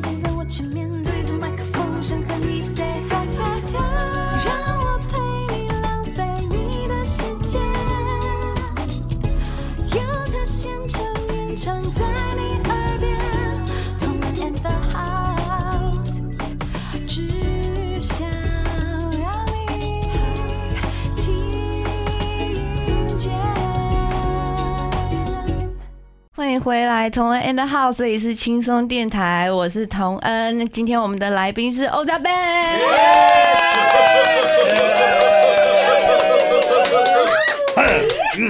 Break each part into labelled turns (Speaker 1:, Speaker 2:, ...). Speaker 1: 站在我前面，对着麦克风，想和你 say hi hi hi，让我陪你浪费你的时间。有个现场演唱在你耳边，同门 and the house，只想让你听见。
Speaker 2: 欢迎回来，同恩 and house，这里是轻松电台，我是同恩。今天我们的来宾是欧大贝，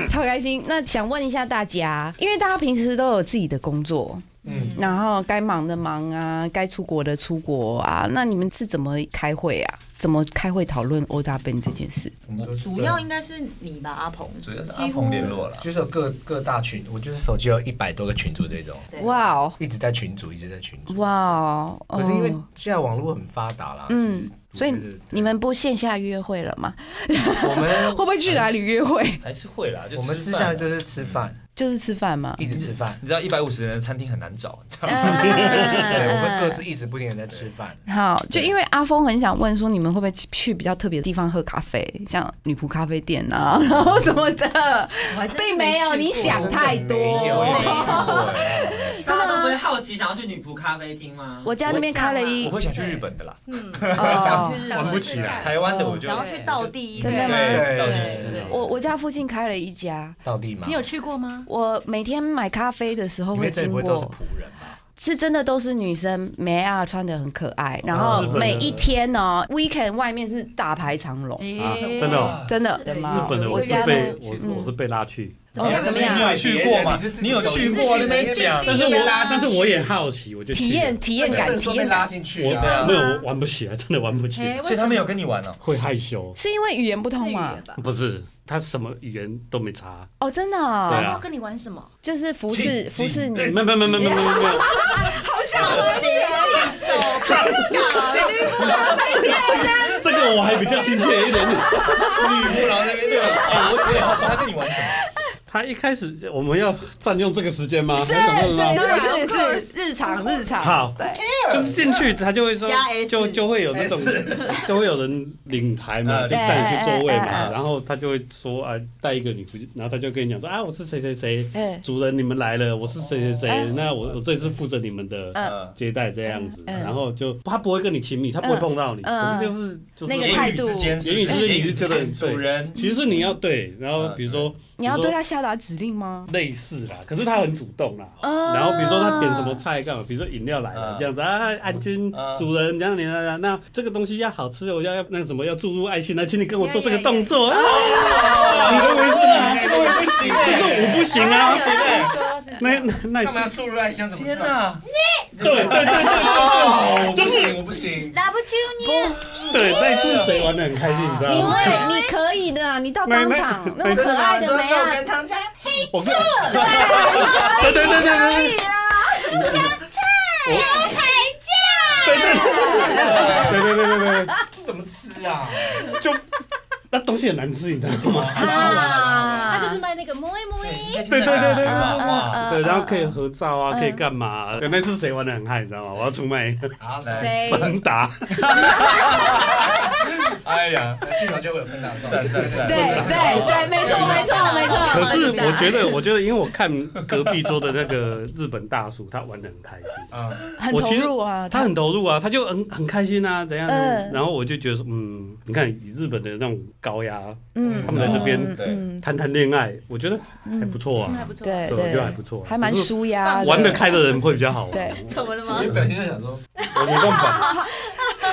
Speaker 2: 超开心。那想问一下大家，因为大家平时都有自己的工作，嗯，然后该忙的忙啊，该出国的出国啊，那你们是怎么开会啊？怎么开会讨论欧大贝这件事？
Speaker 3: 我们都
Speaker 4: 主要应该是你吧，阿鹏，
Speaker 3: 主要是
Speaker 4: 几
Speaker 3: 阿
Speaker 4: 乎
Speaker 3: 鹏联络了，
Speaker 5: 就是有各各大群，我就是手机有一百多个群组这种，
Speaker 4: 对
Speaker 2: 哇哦，
Speaker 5: 一直在群组，一直在群组。
Speaker 2: 哇哦，
Speaker 5: 可是因为
Speaker 2: 哦
Speaker 5: 现在网络很发达啦，其
Speaker 2: 嗯
Speaker 5: 实，我
Speaker 2: 所以
Speaker 5: 觉得
Speaker 2: 你们不线下约会了吗？
Speaker 5: 我们
Speaker 2: 会不会去哪里约会？
Speaker 3: 还是会啦，就
Speaker 5: 我们
Speaker 3: 吃
Speaker 5: 私
Speaker 3: 饭啊
Speaker 5: 下就是吃饭，
Speaker 2: 就是吃饭 嘛。
Speaker 3: 嗯
Speaker 5: 一直吃饭。
Speaker 3: 你知道一百五十人的餐厅很难找，你知道吗？
Speaker 5: 对，我们各
Speaker 2: 嗯
Speaker 5: 自一直不停的在吃饭。
Speaker 2: 好，就因为阿峰很想问说，你们会不会去比较特别的地方喝咖啡，像女仆咖啡店啊，然后什么的？
Speaker 4: 我还真
Speaker 2: 并没有，你想嗯太多。
Speaker 5: 没有
Speaker 3: 没去过哎
Speaker 6: 大家都不
Speaker 7: 啊
Speaker 6: 会好奇想要去女仆咖啡厅吗？
Speaker 2: 我家那边开了
Speaker 3: 我
Speaker 2: 一，
Speaker 3: 会想去日本的啦，啊
Speaker 4: 我也想去
Speaker 2: 哦
Speaker 4: 日
Speaker 3: 玩不
Speaker 4: 本，
Speaker 3: 起来。台湾的我就哎
Speaker 4: 想要去道地一
Speaker 2: 真的
Speaker 4: 点，
Speaker 2: 吗
Speaker 3: 对道
Speaker 4: 对
Speaker 3: 地
Speaker 4: 对，
Speaker 2: 我我家附近开了一家。
Speaker 5: 到底嘛，
Speaker 8: 你有去过吗？
Speaker 2: 我每天买咖啡的时候
Speaker 5: 你
Speaker 2: 会
Speaker 5: 们这里
Speaker 2: 经
Speaker 5: 不会都是
Speaker 2: 过，
Speaker 5: 仆人吧？
Speaker 2: 是真的都是女生，梅啊穿的很可爱，然后
Speaker 7: 日本人
Speaker 2: 每一天呢，weekend 外面是大排长龙，
Speaker 7: 真的哦，
Speaker 2: 真的
Speaker 4: 对
Speaker 7: 日本的我
Speaker 2: 啊我
Speaker 7: 是
Speaker 2: 家
Speaker 7: 被
Speaker 2: 都
Speaker 7: 我是我是被拉去，
Speaker 2: 怎么哦样怎么样
Speaker 3: 你？有去过吗
Speaker 5: 你就自？己
Speaker 3: 你有去过那边讲？
Speaker 7: 但是我
Speaker 4: 啊
Speaker 7: 但是我也好奇，我就去
Speaker 2: 体验
Speaker 7: 了
Speaker 2: 体验
Speaker 5: 不
Speaker 2: 感
Speaker 5: 能
Speaker 2: 体
Speaker 5: 说被
Speaker 2: 验
Speaker 5: 拉
Speaker 2: 感，
Speaker 5: 进去
Speaker 7: 我
Speaker 5: 啊。
Speaker 7: 没有我玩不起来，真的玩不起来，
Speaker 8: 哎，
Speaker 3: 所以他们有跟你玩哦。
Speaker 7: 会害羞。
Speaker 2: 是因为语言不通
Speaker 8: 通
Speaker 2: 嘛
Speaker 8: 嘛？？
Speaker 7: 不是，他什么语言都没查，
Speaker 2: 哦，真的
Speaker 7: 对
Speaker 2: 哦，
Speaker 8: 然
Speaker 7: 啊
Speaker 8: 后跟你玩什么？
Speaker 2: 就是服侍服侍你
Speaker 7: 没。没没没没没没没，这个我还比较亲切 一点。
Speaker 3: 女仆然后那边对，哎，我只也好奇他跟你玩什 么。
Speaker 7: 他一开始我们要占用这个时间吗？
Speaker 2: 是啊
Speaker 7: 他讲这
Speaker 2: 是
Speaker 7: 个吗
Speaker 2: 是是是日常日常，
Speaker 7: 啊好
Speaker 2: 对，
Speaker 7: 就是进去他就会说
Speaker 4: 加 S，
Speaker 7: 就就会有那种， 都会有人领台嘛，
Speaker 3: 嗯
Speaker 7: 就带你去座位
Speaker 2: 对嗯嗯
Speaker 7: 嘛，
Speaker 2: 嗯
Speaker 7: 然后他就会说啊，带一个女仆，然后他就跟你讲说啊，我是谁谁谁
Speaker 2: 嗯，
Speaker 7: 主人你们来了，我是谁谁
Speaker 2: 哎
Speaker 7: 谁，那我我这次负责你们的
Speaker 3: 呃，
Speaker 7: 接待这样子，
Speaker 2: 嗯嗯嗯
Speaker 7: 然后就他不会跟你亲密，他不会碰到你，
Speaker 2: 嗯
Speaker 7: 可是就是就是
Speaker 2: 那个
Speaker 7: 说
Speaker 2: 态
Speaker 3: 言语
Speaker 2: 度
Speaker 3: 之间是不
Speaker 7: 言语
Speaker 3: 是，
Speaker 7: 之间你是觉得
Speaker 3: 言语之间
Speaker 7: 对
Speaker 3: 主人
Speaker 7: 其实你要啊对，然后比如说
Speaker 2: 你要
Speaker 7: 比如说
Speaker 2: 对他下达指令吗？
Speaker 7: 类似啦，可是他很主动啦。
Speaker 2: 啊
Speaker 7: 然后比如说他点什么菜干嘛，比如说饮料来了
Speaker 3: 嗯
Speaker 7: 这样子啊，安君
Speaker 3: 嗯
Speaker 7: 主人这样你那那这个东西要好吃，我要要那个什么要注入爱心来，请你跟我做这个动作
Speaker 2: 哦
Speaker 7: 啊， 你认为是啊？
Speaker 5: 这个不行，
Speaker 2: 哎
Speaker 7: 可是我不行啊，
Speaker 8: 说是
Speaker 7: 那那那
Speaker 5: 干嘛要
Speaker 7: 是
Speaker 5: 注入爱心？怎么知
Speaker 3: 天
Speaker 5: 道？
Speaker 3: 哪，
Speaker 7: 对对对对
Speaker 3: 哦，
Speaker 7: 就
Speaker 3: 就是是我不行，
Speaker 4: 拉不起你，
Speaker 7: 对对，那次谁玩的很开心，你知道
Speaker 2: 你
Speaker 7: 吗？
Speaker 2: 会，你可以的啊，你到当场那么可爱的
Speaker 5: 说
Speaker 2: 美
Speaker 5: 肉
Speaker 2: 啊，
Speaker 5: 跟汤加
Speaker 7: 我跟对对对对对对，对对对对对，
Speaker 5: 这怎么吃啊？
Speaker 7: 就那东西很难吃，你知道吗？
Speaker 2: 啊
Speaker 8: 他就是卖那个摸一摸一，
Speaker 3: 对
Speaker 7: 对对对对
Speaker 3: 哇，
Speaker 7: 对，然后可以合照啊，可以干嘛啊？对那次谁玩的很嗨，你知道吗？我要出卖
Speaker 5: 好，来，
Speaker 8: 谁？
Speaker 7: 芬达。
Speaker 3: 哎呀，
Speaker 5: 镜啊头就会有分两种。
Speaker 3: 赞赞赞
Speaker 2: 对对对，没错没错没错。
Speaker 7: 可是我觉得，我觉得，因为我看隔壁桌的那个日本大叔，他玩的很开心，
Speaker 5: 嗯，
Speaker 2: 很
Speaker 7: 我
Speaker 2: 投
Speaker 7: 其实
Speaker 2: 入啊，
Speaker 7: 他很投入啊，他就很很开心啊，怎样？
Speaker 2: 嗯
Speaker 7: 然后我就觉得说，嗯，你看以日本的那种高压，
Speaker 2: 嗯
Speaker 7: 他们来这边
Speaker 2: 嗯
Speaker 3: 对
Speaker 2: 嗯
Speaker 7: 谈谈恋爱，我觉得还不错
Speaker 8: 还
Speaker 7: 啊，
Speaker 8: 不错。
Speaker 2: 对
Speaker 7: 对，我觉得还不
Speaker 2: 对，
Speaker 7: 错啊，
Speaker 2: 还蛮
Speaker 7: 只是
Speaker 2: 舒压的，
Speaker 7: 玩得开的人会比较好玩。啊
Speaker 2: 对
Speaker 4: 怎么了吗
Speaker 5: 你？的表情就想说，
Speaker 7: 我没办法，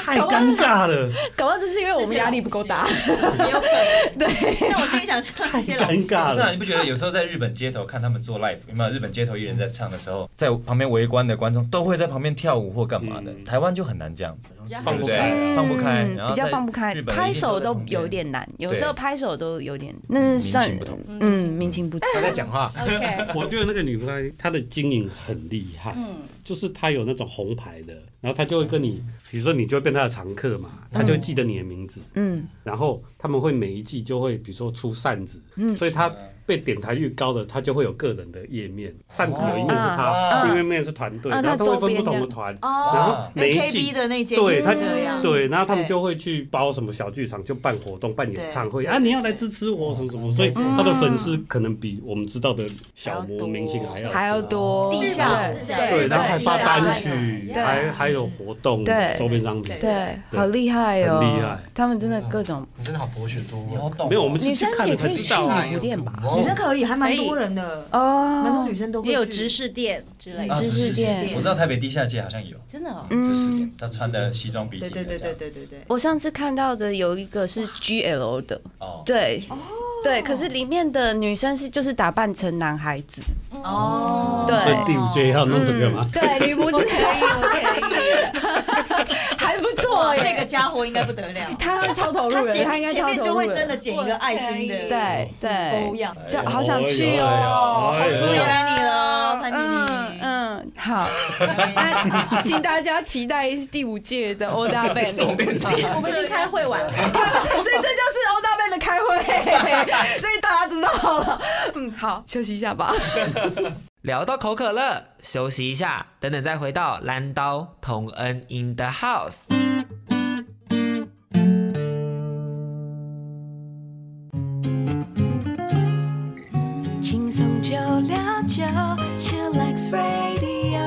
Speaker 7: 太尴尬了，
Speaker 2: 搞不好就是因为我们压力不够大，
Speaker 4: 也有可能。对，但我心里想说，
Speaker 7: 太尴尬
Speaker 3: 不是啊，
Speaker 7: 了
Speaker 3: 你。不觉得有时候在日本街头看他们做 live，有没有日本街头艺人在唱的时候，在旁边围观的观众都会在旁边跳舞或干嘛的？
Speaker 7: 嗯
Speaker 3: 台湾就很难这样子，
Speaker 7: 放不
Speaker 3: 对
Speaker 7: 开
Speaker 3: 对放不开，然后
Speaker 2: 嗯比较放不
Speaker 3: 在
Speaker 2: 开
Speaker 3: 日，本
Speaker 2: 拍
Speaker 3: 一定
Speaker 2: 手
Speaker 3: 都在
Speaker 2: 都
Speaker 3: 旁边
Speaker 2: 有点难，有
Speaker 3: 对
Speaker 2: 时候拍手都有点，那是
Speaker 3: 民
Speaker 2: 算
Speaker 3: 情不同
Speaker 2: 嗯民情不同。
Speaker 5: 他在讲话，
Speaker 8: OK，
Speaker 7: 我觉得那个女孩她的经营很厉害，
Speaker 8: 嗯，
Speaker 7: 就是她有那种红牌的，然后她就会跟你，比如说你就会变她的常客嘛，她就会记得你的名字，
Speaker 2: 嗯，
Speaker 7: 然后他们会每一季就会比如说出扇子，所以她被点台率高的，她就会有个人的页面，扇子有一面是她，
Speaker 3: 哦
Speaker 7: 另外一面是团队，
Speaker 2: 啊
Speaker 7: 然
Speaker 2: 她
Speaker 7: 后都会
Speaker 2: 周
Speaker 7: 分
Speaker 2: 边
Speaker 7: 不同
Speaker 2: 这
Speaker 7: 的
Speaker 2: 样
Speaker 7: 团，然
Speaker 4: 哦，
Speaker 7: 后每一
Speaker 4: KB
Speaker 7: 季。
Speaker 4: 的那间
Speaker 7: 对
Speaker 4: 也是
Speaker 7: 他
Speaker 4: 这样，
Speaker 7: 对，然后他们
Speaker 4: 对
Speaker 7: 就会去包什么小剧场，就办活动、办演唱会
Speaker 4: 对
Speaker 7: 啊，
Speaker 4: 对
Speaker 7: 你要来支持我什么什么，所以他的粉丝可能比我们知道的小
Speaker 4: 还要
Speaker 7: 模
Speaker 4: 多
Speaker 7: 明星还要
Speaker 2: 还要多
Speaker 4: 地下
Speaker 2: 对
Speaker 4: 地下
Speaker 7: 对，然后还发单
Speaker 8: 对
Speaker 7: 曲，
Speaker 2: 对
Speaker 7: 还还有活动
Speaker 2: 对
Speaker 7: 周边商品。
Speaker 2: 对，
Speaker 7: 对
Speaker 2: 好厉害哦，
Speaker 7: 很厉害
Speaker 2: 他们真的各种
Speaker 3: 嗯
Speaker 5: 你真的好博学多
Speaker 3: 你好
Speaker 5: 闻。
Speaker 3: 懂哦，
Speaker 7: 没有，我们是
Speaker 2: 女
Speaker 7: 去
Speaker 2: 生
Speaker 7: 看
Speaker 2: 也
Speaker 7: 了
Speaker 2: 可
Speaker 7: 才
Speaker 2: 以
Speaker 7: 知
Speaker 2: 去
Speaker 7: 道啊。
Speaker 2: 古店吧？
Speaker 4: 女生可以，还蛮
Speaker 8: 可以
Speaker 4: 多人的，蛮多
Speaker 2: 哦
Speaker 4: 女，生都会
Speaker 8: 也有
Speaker 4: 去
Speaker 8: 直视店之类
Speaker 3: 啊
Speaker 8: 的，
Speaker 2: 知识店
Speaker 3: 我知道台北地下街好像有
Speaker 8: 真的哦。
Speaker 3: 知识点，他穿的西装笔挺
Speaker 4: 对
Speaker 3: 的
Speaker 4: 对对
Speaker 3: 这
Speaker 4: 对
Speaker 3: 样
Speaker 4: 对对对。
Speaker 2: 我上次看到的有一个
Speaker 4: 啊
Speaker 2: 是 GL 的，
Speaker 3: 哦，
Speaker 2: 对，对，可是里面的女生是就是打扮成男孩子，
Speaker 8: 哦
Speaker 2: 对
Speaker 7: 所以第五届要弄这个吗？
Speaker 4: 嗯
Speaker 2: 对，你不
Speaker 8: 我可
Speaker 2: 是
Speaker 8: 以，我可以。
Speaker 2: 还不错
Speaker 4: 哇，
Speaker 2: 耶，
Speaker 4: 这个家伙应该不得了，
Speaker 2: 他会超投入
Speaker 4: 他
Speaker 2: 的，
Speaker 4: 前
Speaker 2: 他应该
Speaker 4: 前
Speaker 2: 超投入
Speaker 4: 面
Speaker 2: 的
Speaker 4: 就会真的剪一个爱心的
Speaker 2: 对
Speaker 4: 勾
Speaker 2: 对，
Speaker 4: 样，
Speaker 2: 就好想去哦，好
Speaker 7: 哎呦
Speaker 2: 舒
Speaker 4: 为
Speaker 2: 服
Speaker 4: 难你了，潘
Speaker 2: 嗯
Speaker 4: 妮妮。
Speaker 2: 嗯，好，那 请大家期待第五届的欧大贝，所以这
Speaker 8: 我们已经开会完了，
Speaker 2: 就是欧大贝的开会， 所以大家知道了。嗯，好，休息一下吧。
Speaker 9: 聊到口渴了，休息一下，等等再回到蓝刀同恩 in the house。
Speaker 1: 嗯轻松就聊就 c h i l x Radio。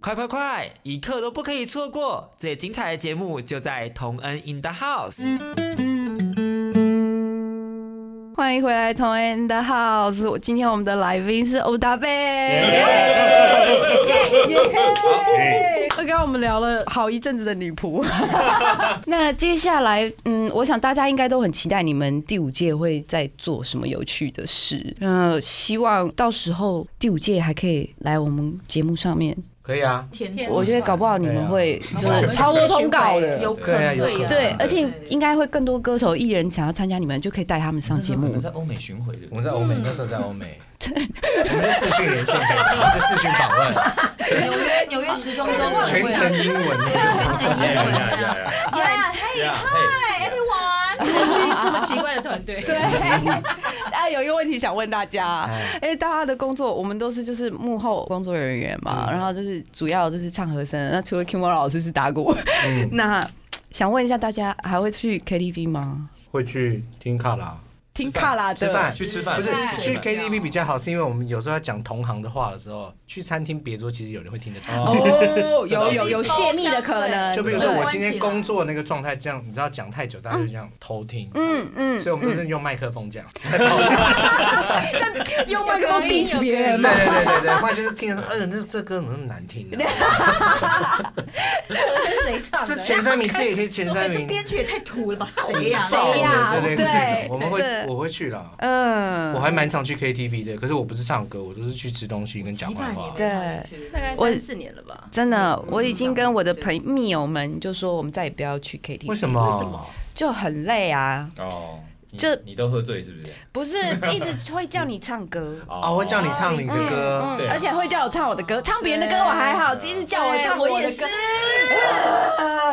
Speaker 9: 快快快，一刻都不可以错过！最精彩的节目就在同恩 in the house。
Speaker 2: 欢迎回来，同 end house。我今天我们的来宾是欧大贝。耶刚刚我们聊了好一阵子的女 仆，那接下来，嗯，我想大家应该都很期待你们第五届会在做什么有趣的事。嗯，希望到时候第五届还可以来我们节目上面。
Speaker 5: 可以啊，
Speaker 4: 天
Speaker 8: 天
Speaker 4: 天
Speaker 8: 哪
Speaker 2: 我觉得搞不好你们会就
Speaker 8: 对
Speaker 2: 是
Speaker 8: 啊
Speaker 2: 超多通告的，
Speaker 4: 有可
Speaker 5: 对啊
Speaker 4: 能，
Speaker 5: 有可能
Speaker 2: 对，而且
Speaker 4: 对
Speaker 2: 应该会更多歌手艺人想要参加你们，就可以带他们上节
Speaker 3: 我
Speaker 2: 目
Speaker 3: 们。在欧美巡回的
Speaker 5: 我，们在欧美，那时候在欧美，我们是视讯连线，可以吗我们是视讯访问，
Speaker 4: 纽约纽约时装周晚
Speaker 5: 全
Speaker 4: 会啊，
Speaker 5: 程英文那种。
Speaker 4: 全程 英文啊。Yeah, hey, hi everyone.
Speaker 8: 这是这么奇怪的团队。
Speaker 2: 对， 啊，有一个问题想问大家，因为大家的工作，我们都是就是幕后工作人员嘛，然后就是主要就是唱和声，那除了 Kimo 老师是打鼓， 那想问一下大家，还会去 KTV 吗？
Speaker 5: 会去听卡
Speaker 9: 啊
Speaker 5: 拉，
Speaker 2: 听卡拉
Speaker 5: 吃
Speaker 2: 的
Speaker 5: 饭
Speaker 3: 去吃饭
Speaker 5: 不是
Speaker 3: 对
Speaker 5: 去 KTV 比较好，是因为我们有时候要讲同行的话的时候，去餐厅别桌其实有人会听得到。
Speaker 2: 哦，有有有泄密的可能，
Speaker 5: 就比如说
Speaker 2: 对
Speaker 5: 我今天工作那个状态，这样你知道讲太久，大家就这样偷听，
Speaker 2: 嗯嗯，
Speaker 5: 所以我们都是用麦克风这样。对
Speaker 2: 用麦克风 diss 别人嘛。
Speaker 5: 对对对对，不然就是听着说，嗯，这这歌怎么那么难听呢？
Speaker 8: 合成谁唱
Speaker 5: 这
Speaker 8: 的？
Speaker 5: 前三名这也可以前三
Speaker 4: 这
Speaker 5: 名，
Speaker 4: 编曲也太土 了吧，谁呀？
Speaker 2: 谁呀
Speaker 5: 对对对
Speaker 2: 对
Speaker 5: 对，我们
Speaker 2: 对
Speaker 5: 会我会去啦。
Speaker 2: 嗯
Speaker 5: 我还蛮常去 KTV 的，可是我不是唱歌，我都是去吃东西跟讲
Speaker 4: 几
Speaker 5: 坏
Speaker 4: 百
Speaker 5: 话
Speaker 4: 年。
Speaker 2: 对
Speaker 8: 大概
Speaker 2: 我
Speaker 8: 三四年了吧。
Speaker 2: 真的，我已经跟我的
Speaker 4: 对
Speaker 2: 朋密友们就说，我们再也不要去 KTV，
Speaker 5: 为什么？
Speaker 2: 为什么？就很累啊，
Speaker 3: 哦，你
Speaker 2: 就
Speaker 3: 你都喝醉是不是？
Speaker 2: 不是一直会叫你唱歌。嗯
Speaker 5: 哦，我会叫你唱你的歌，
Speaker 3: 对
Speaker 2: 而且会叫我唱我的歌，唱别人的歌我还好，一直叫我唱我的歌，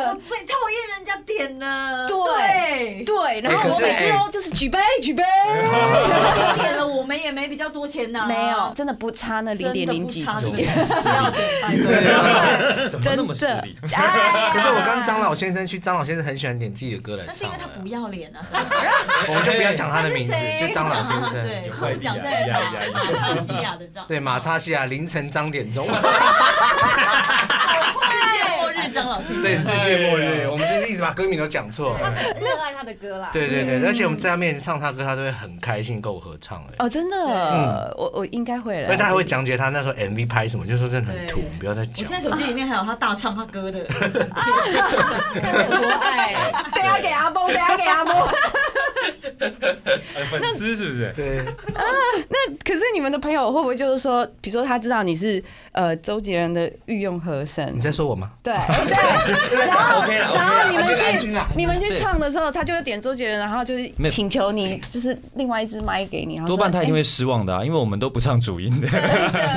Speaker 4: 我最讨厌人家点了，
Speaker 2: 对
Speaker 4: 对，
Speaker 2: 对，然后
Speaker 5: 哎可
Speaker 2: 我
Speaker 5: 是
Speaker 2: 每次都
Speaker 5: 哎
Speaker 2: 就是举杯举杯，
Speaker 4: 你点了我们也没比较多钱呐，
Speaker 2: 没有，真的不差那零点零几
Speaker 4: 真的不差
Speaker 2: 几，
Speaker 4: 不要点半个
Speaker 3: 怎么那
Speaker 2: 真
Speaker 3: 么势
Speaker 2: 的
Speaker 3: 利？。
Speaker 2: 哎呀
Speaker 5: 可是我跟张老先生去，张老先生很喜欢点自己的歌来
Speaker 4: 那是
Speaker 5: 唱
Speaker 4: 因为他
Speaker 5: 欸，
Speaker 4: 不要脸啊，
Speaker 5: 我们就不要讲他的名字
Speaker 8: 他是，谁
Speaker 5: 就张老先生。
Speaker 4: 对，
Speaker 3: 有
Speaker 4: 他
Speaker 3: 快
Speaker 4: 不
Speaker 3: 递啊
Speaker 4: 讲在
Speaker 3: 呀呀呀
Speaker 4: 马马来西亚的账，
Speaker 5: 对，马叉西亚凌晨张点钟，
Speaker 4: 世界末日是张老师。
Speaker 5: 对，世界末
Speaker 7: 哎
Speaker 5: 日，
Speaker 7: 呀
Speaker 5: 我们就是一直把歌名都讲错。
Speaker 8: 热爱他的歌啦。
Speaker 5: 对对对，而且我们在他面前唱他歌，他都会很开心跟我合唱。哎，
Speaker 2: 哦，真的，我我应该会
Speaker 5: 而且他还
Speaker 2: 了。
Speaker 5: 会讲解他那时候 MV 拍什么，就说真的很土
Speaker 4: 对，
Speaker 5: 不要再
Speaker 4: 我
Speaker 5: 讲
Speaker 4: 现。在手机里面还有他大唱他歌的，
Speaker 8: 看有多爱，
Speaker 2: 啊
Speaker 4: 等下给阿波，等下给阿波。
Speaker 3: 呃粉丝是不是？
Speaker 5: 对，
Speaker 2: 可是你们的朋友会不会就是说，比如说他知道你是呃周杰伦的御用和声
Speaker 5: 你，在说我吗？
Speaker 2: 对，
Speaker 3: OK 了
Speaker 2: 然后你 们
Speaker 5: 就是安
Speaker 2: 去
Speaker 5: 君啦
Speaker 2: 你们去唱的时候，他就会点周杰伦，然后就是
Speaker 3: 没有
Speaker 2: 请求你，就是另外一支麦给你，然后说
Speaker 3: 多半他一定
Speaker 2: 哎
Speaker 3: 会失望的、啊，因为我们都不唱主音 的，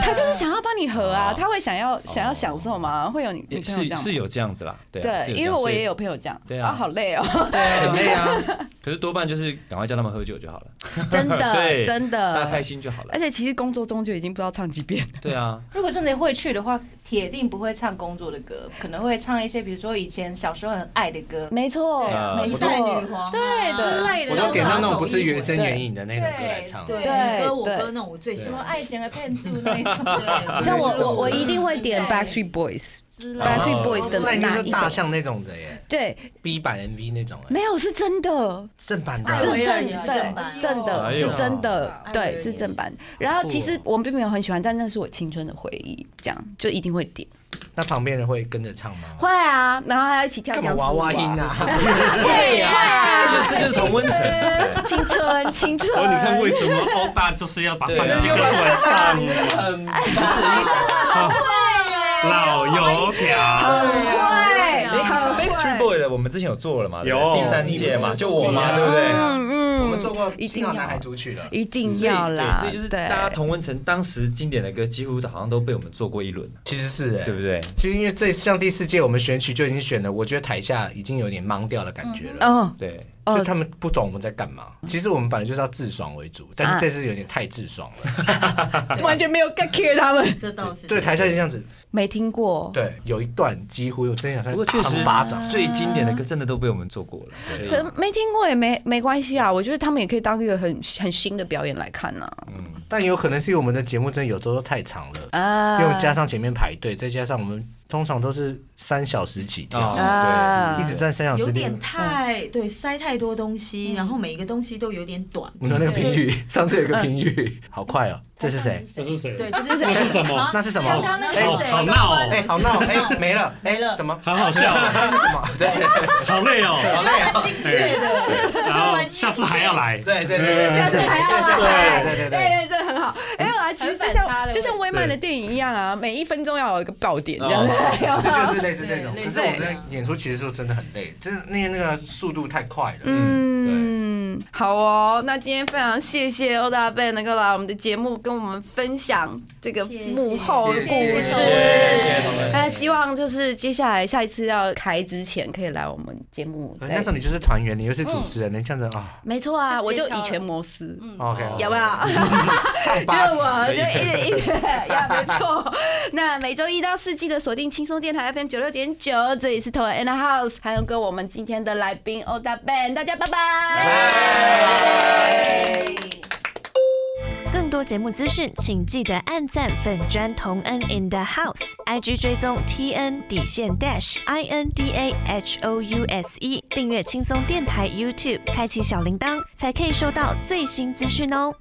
Speaker 2: 他就是想要帮你合啊，他会想要想要享受嘛，会有女女朋啊友这样
Speaker 3: 哦是
Speaker 2: 吗
Speaker 3: 是。有这样子啦，对啊，是
Speaker 2: 对，
Speaker 3: 有这样
Speaker 2: 因为我也，
Speaker 3: 所
Speaker 2: 有朋友这样，
Speaker 3: 对啊
Speaker 2: 好累 哦，
Speaker 5: 很累 啊，
Speaker 3: 以可是多半就是赶快叫他们喝酒就好了，
Speaker 2: 真的
Speaker 3: 对
Speaker 2: 真
Speaker 3: 大家开
Speaker 2: 的。
Speaker 3: 心就好了
Speaker 2: 而，且其实工作中就已经不知道唱几遍，
Speaker 3: 对啊，
Speaker 8: 如果真的会去的话，铁定不会唱工作的歌，可能会唱一些比如说以前小时候很爱的歌，
Speaker 2: 没错
Speaker 3: 啊
Speaker 2: 没
Speaker 4: 一
Speaker 2: 错
Speaker 4: 代，女皇啊，
Speaker 8: 对之类的。
Speaker 5: 我都点到那种不是原声原影的那种歌来唱。
Speaker 4: 对，
Speaker 2: 对
Speaker 4: 你歌我
Speaker 2: 对
Speaker 4: 歌那种我最喜
Speaker 8: 什么
Speaker 4: 欢。
Speaker 8: 爱情的骗术那一种。
Speaker 4: 对
Speaker 2: 像我
Speaker 3: 啊
Speaker 4: 就是这
Speaker 2: 我
Speaker 4: 种
Speaker 2: 我一定会点
Speaker 8: 对
Speaker 2: Backstreet Boys
Speaker 4: 之类的
Speaker 2: Backstreet 啊 Boys 的
Speaker 5: 那一定
Speaker 2: 哪
Speaker 5: 是
Speaker 2: 一
Speaker 5: 大
Speaker 2: 首？
Speaker 5: 象那种的耶
Speaker 2: 对，
Speaker 5: ，B 版 MV 那种哎，
Speaker 2: 没有是真的，
Speaker 5: 正版的
Speaker 4: 艾
Speaker 2: 是
Speaker 5: 啊。
Speaker 4: 薇儿
Speaker 2: 正
Speaker 4: 也是
Speaker 2: 对
Speaker 4: 正版，
Speaker 2: 正的
Speaker 3: 哎
Speaker 2: 是
Speaker 3: 呦
Speaker 2: 真的
Speaker 4: 哎，呦
Speaker 2: 对是正版。
Speaker 3: 哦
Speaker 2: 然后其实我并没有很喜欢，但那是我青春的回忆，这样就一定会点。
Speaker 5: 那旁边人会跟着唱吗？
Speaker 2: 会啊，然后还要一起跳
Speaker 5: 干嘛
Speaker 2: 僵尸
Speaker 5: 娃
Speaker 2: 舞
Speaker 5: 娃
Speaker 2: 啊
Speaker 5: 音啊？
Speaker 2: 对
Speaker 3: 啊
Speaker 2: 啊呀，
Speaker 3: 这这就是同温层，
Speaker 2: 青春，青春。
Speaker 7: 所以你看，为什么欧巴就是要把放
Speaker 3: 对
Speaker 7: 在
Speaker 3: 啊
Speaker 7: 一个出来唱？
Speaker 5: 嗯，不是，
Speaker 7: 老油条，
Speaker 2: 很会，
Speaker 3: 哎
Speaker 2: 很
Speaker 3: Backstreet
Speaker 2: 会。
Speaker 3: Boy 的我们之前有做了嘛，对不
Speaker 7: 有
Speaker 3: 对第三届嘛，就我嘛，
Speaker 7: 嗯
Speaker 3: 对不对？
Speaker 2: 嗯
Speaker 5: 我们做过
Speaker 2: 一
Speaker 5: 《
Speaker 2: 定
Speaker 5: 幸
Speaker 2: 要
Speaker 5: 好男孩组曲》了。
Speaker 2: 一定
Speaker 3: 所以
Speaker 2: 要啦，
Speaker 3: 对，所以就是
Speaker 2: 对
Speaker 3: 大家同温层，当时经典的歌几乎好像都被我们做过一轮，
Speaker 5: 其实是哎
Speaker 3: 对，不对？
Speaker 5: 其实因为这像第四届我们选曲就已经选了，我觉得台下已经有点懵掉的感觉了。
Speaker 2: 哦，
Speaker 3: 对，
Speaker 5: 就是他们不懂我们在干嘛。其实我们本来就是要自爽为主，但是这次有点太自爽了。
Speaker 2: 完全没有 get care 他们，
Speaker 4: 这倒是
Speaker 5: 对，台下就这样子。
Speaker 2: 没听过。
Speaker 5: 对，有一段几乎我真想
Speaker 3: 不
Speaker 5: 想
Speaker 3: 过确
Speaker 5: 打
Speaker 3: 实
Speaker 5: 他巴掌。
Speaker 3: 最经典的歌真的都被我们做过了，所以
Speaker 2: 可没听过也没没关系啊，我觉得他们也可以当一个很很新的表演来看啊呐、
Speaker 5: 但也有可能是因为我们的节目真的有时候都太长了。
Speaker 2: 啊。
Speaker 5: 因
Speaker 2: 啊，
Speaker 5: 为我们加上前面排队，再加上我们通常都是三小时起跳，
Speaker 3: 啊
Speaker 2: 啊
Speaker 5: 哦一直在三小
Speaker 4: 有
Speaker 5: 时里
Speaker 4: 点。太对塞太多东西，然后每一个东西都有点短。
Speaker 5: 我们说那个评语，上次有一个评语，好快哦！这是谁？
Speaker 7: 这是谁？
Speaker 4: 对，啊这是
Speaker 7: 这
Speaker 4: 谁
Speaker 7: 是什么？
Speaker 5: 那是什
Speaker 8: 刚
Speaker 5: 么？
Speaker 8: 刚那
Speaker 5: 哎
Speaker 8: 是谁？
Speaker 7: 好闹哦
Speaker 5: 哎，好闹！哎，没了，哎
Speaker 4: 没了
Speaker 5: 什么？
Speaker 7: 好好笑哦，
Speaker 5: 这是什么？对
Speaker 7: 好累哦。
Speaker 4: 精确的，
Speaker 7: 然 后下次还要来。
Speaker 5: 对对对，
Speaker 2: 下次还要
Speaker 5: 下次
Speaker 2: 来，
Speaker 5: 对对对对。
Speaker 2: 对对，这很好。哎啊，其实就
Speaker 8: 很反差
Speaker 2: 像
Speaker 8: 的
Speaker 2: 就像
Speaker 8: 味
Speaker 2: 威曼的电影一样啊，每一分钟要有一个爆点这 样。
Speaker 5: 这就是类似那种，
Speaker 4: 对
Speaker 5: 可是我
Speaker 4: 类
Speaker 5: 们
Speaker 4: 似
Speaker 5: 在演出其实说真的很累，真的那个那个速度太快了。
Speaker 2: 嗯，好哦，那今天非常谢谢欧大贝能够来我们的节目跟我们分享这个幕后的故
Speaker 4: 谢
Speaker 2: 事
Speaker 4: 谢。
Speaker 2: 那希望就是接下来下一次要开之前，可以来我们节目。
Speaker 5: 呃那时候你就是团员，你又是主持人，能这样子啊
Speaker 2: 没错啊，
Speaker 8: 就
Speaker 2: 我
Speaker 8: 协
Speaker 2: 就
Speaker 8: 调
Speaker 2: 以权谋私，
Speaker 5: ？OK，
Speaker 2: 有没有？
Speaker 5: 唱八
Speaker 2: 就是
Speaker 5: 集
Speaker 2: 我，就一直一直， 呀，没错。那每周一到四记得锁定轻松电台 FM 九六点九，这里是 t o and House，还有跟我们今天的来宾欧大 Ben，大家拜拜。
Speaker 10: 更多节目资讯，请记得按赞粉砖同恩 in the house，IG 追踪 T N 底线 dash I N D A H O U S E，订阅轻松电台 YouTube，开启小铃铛，才可以收到最新资讯哦。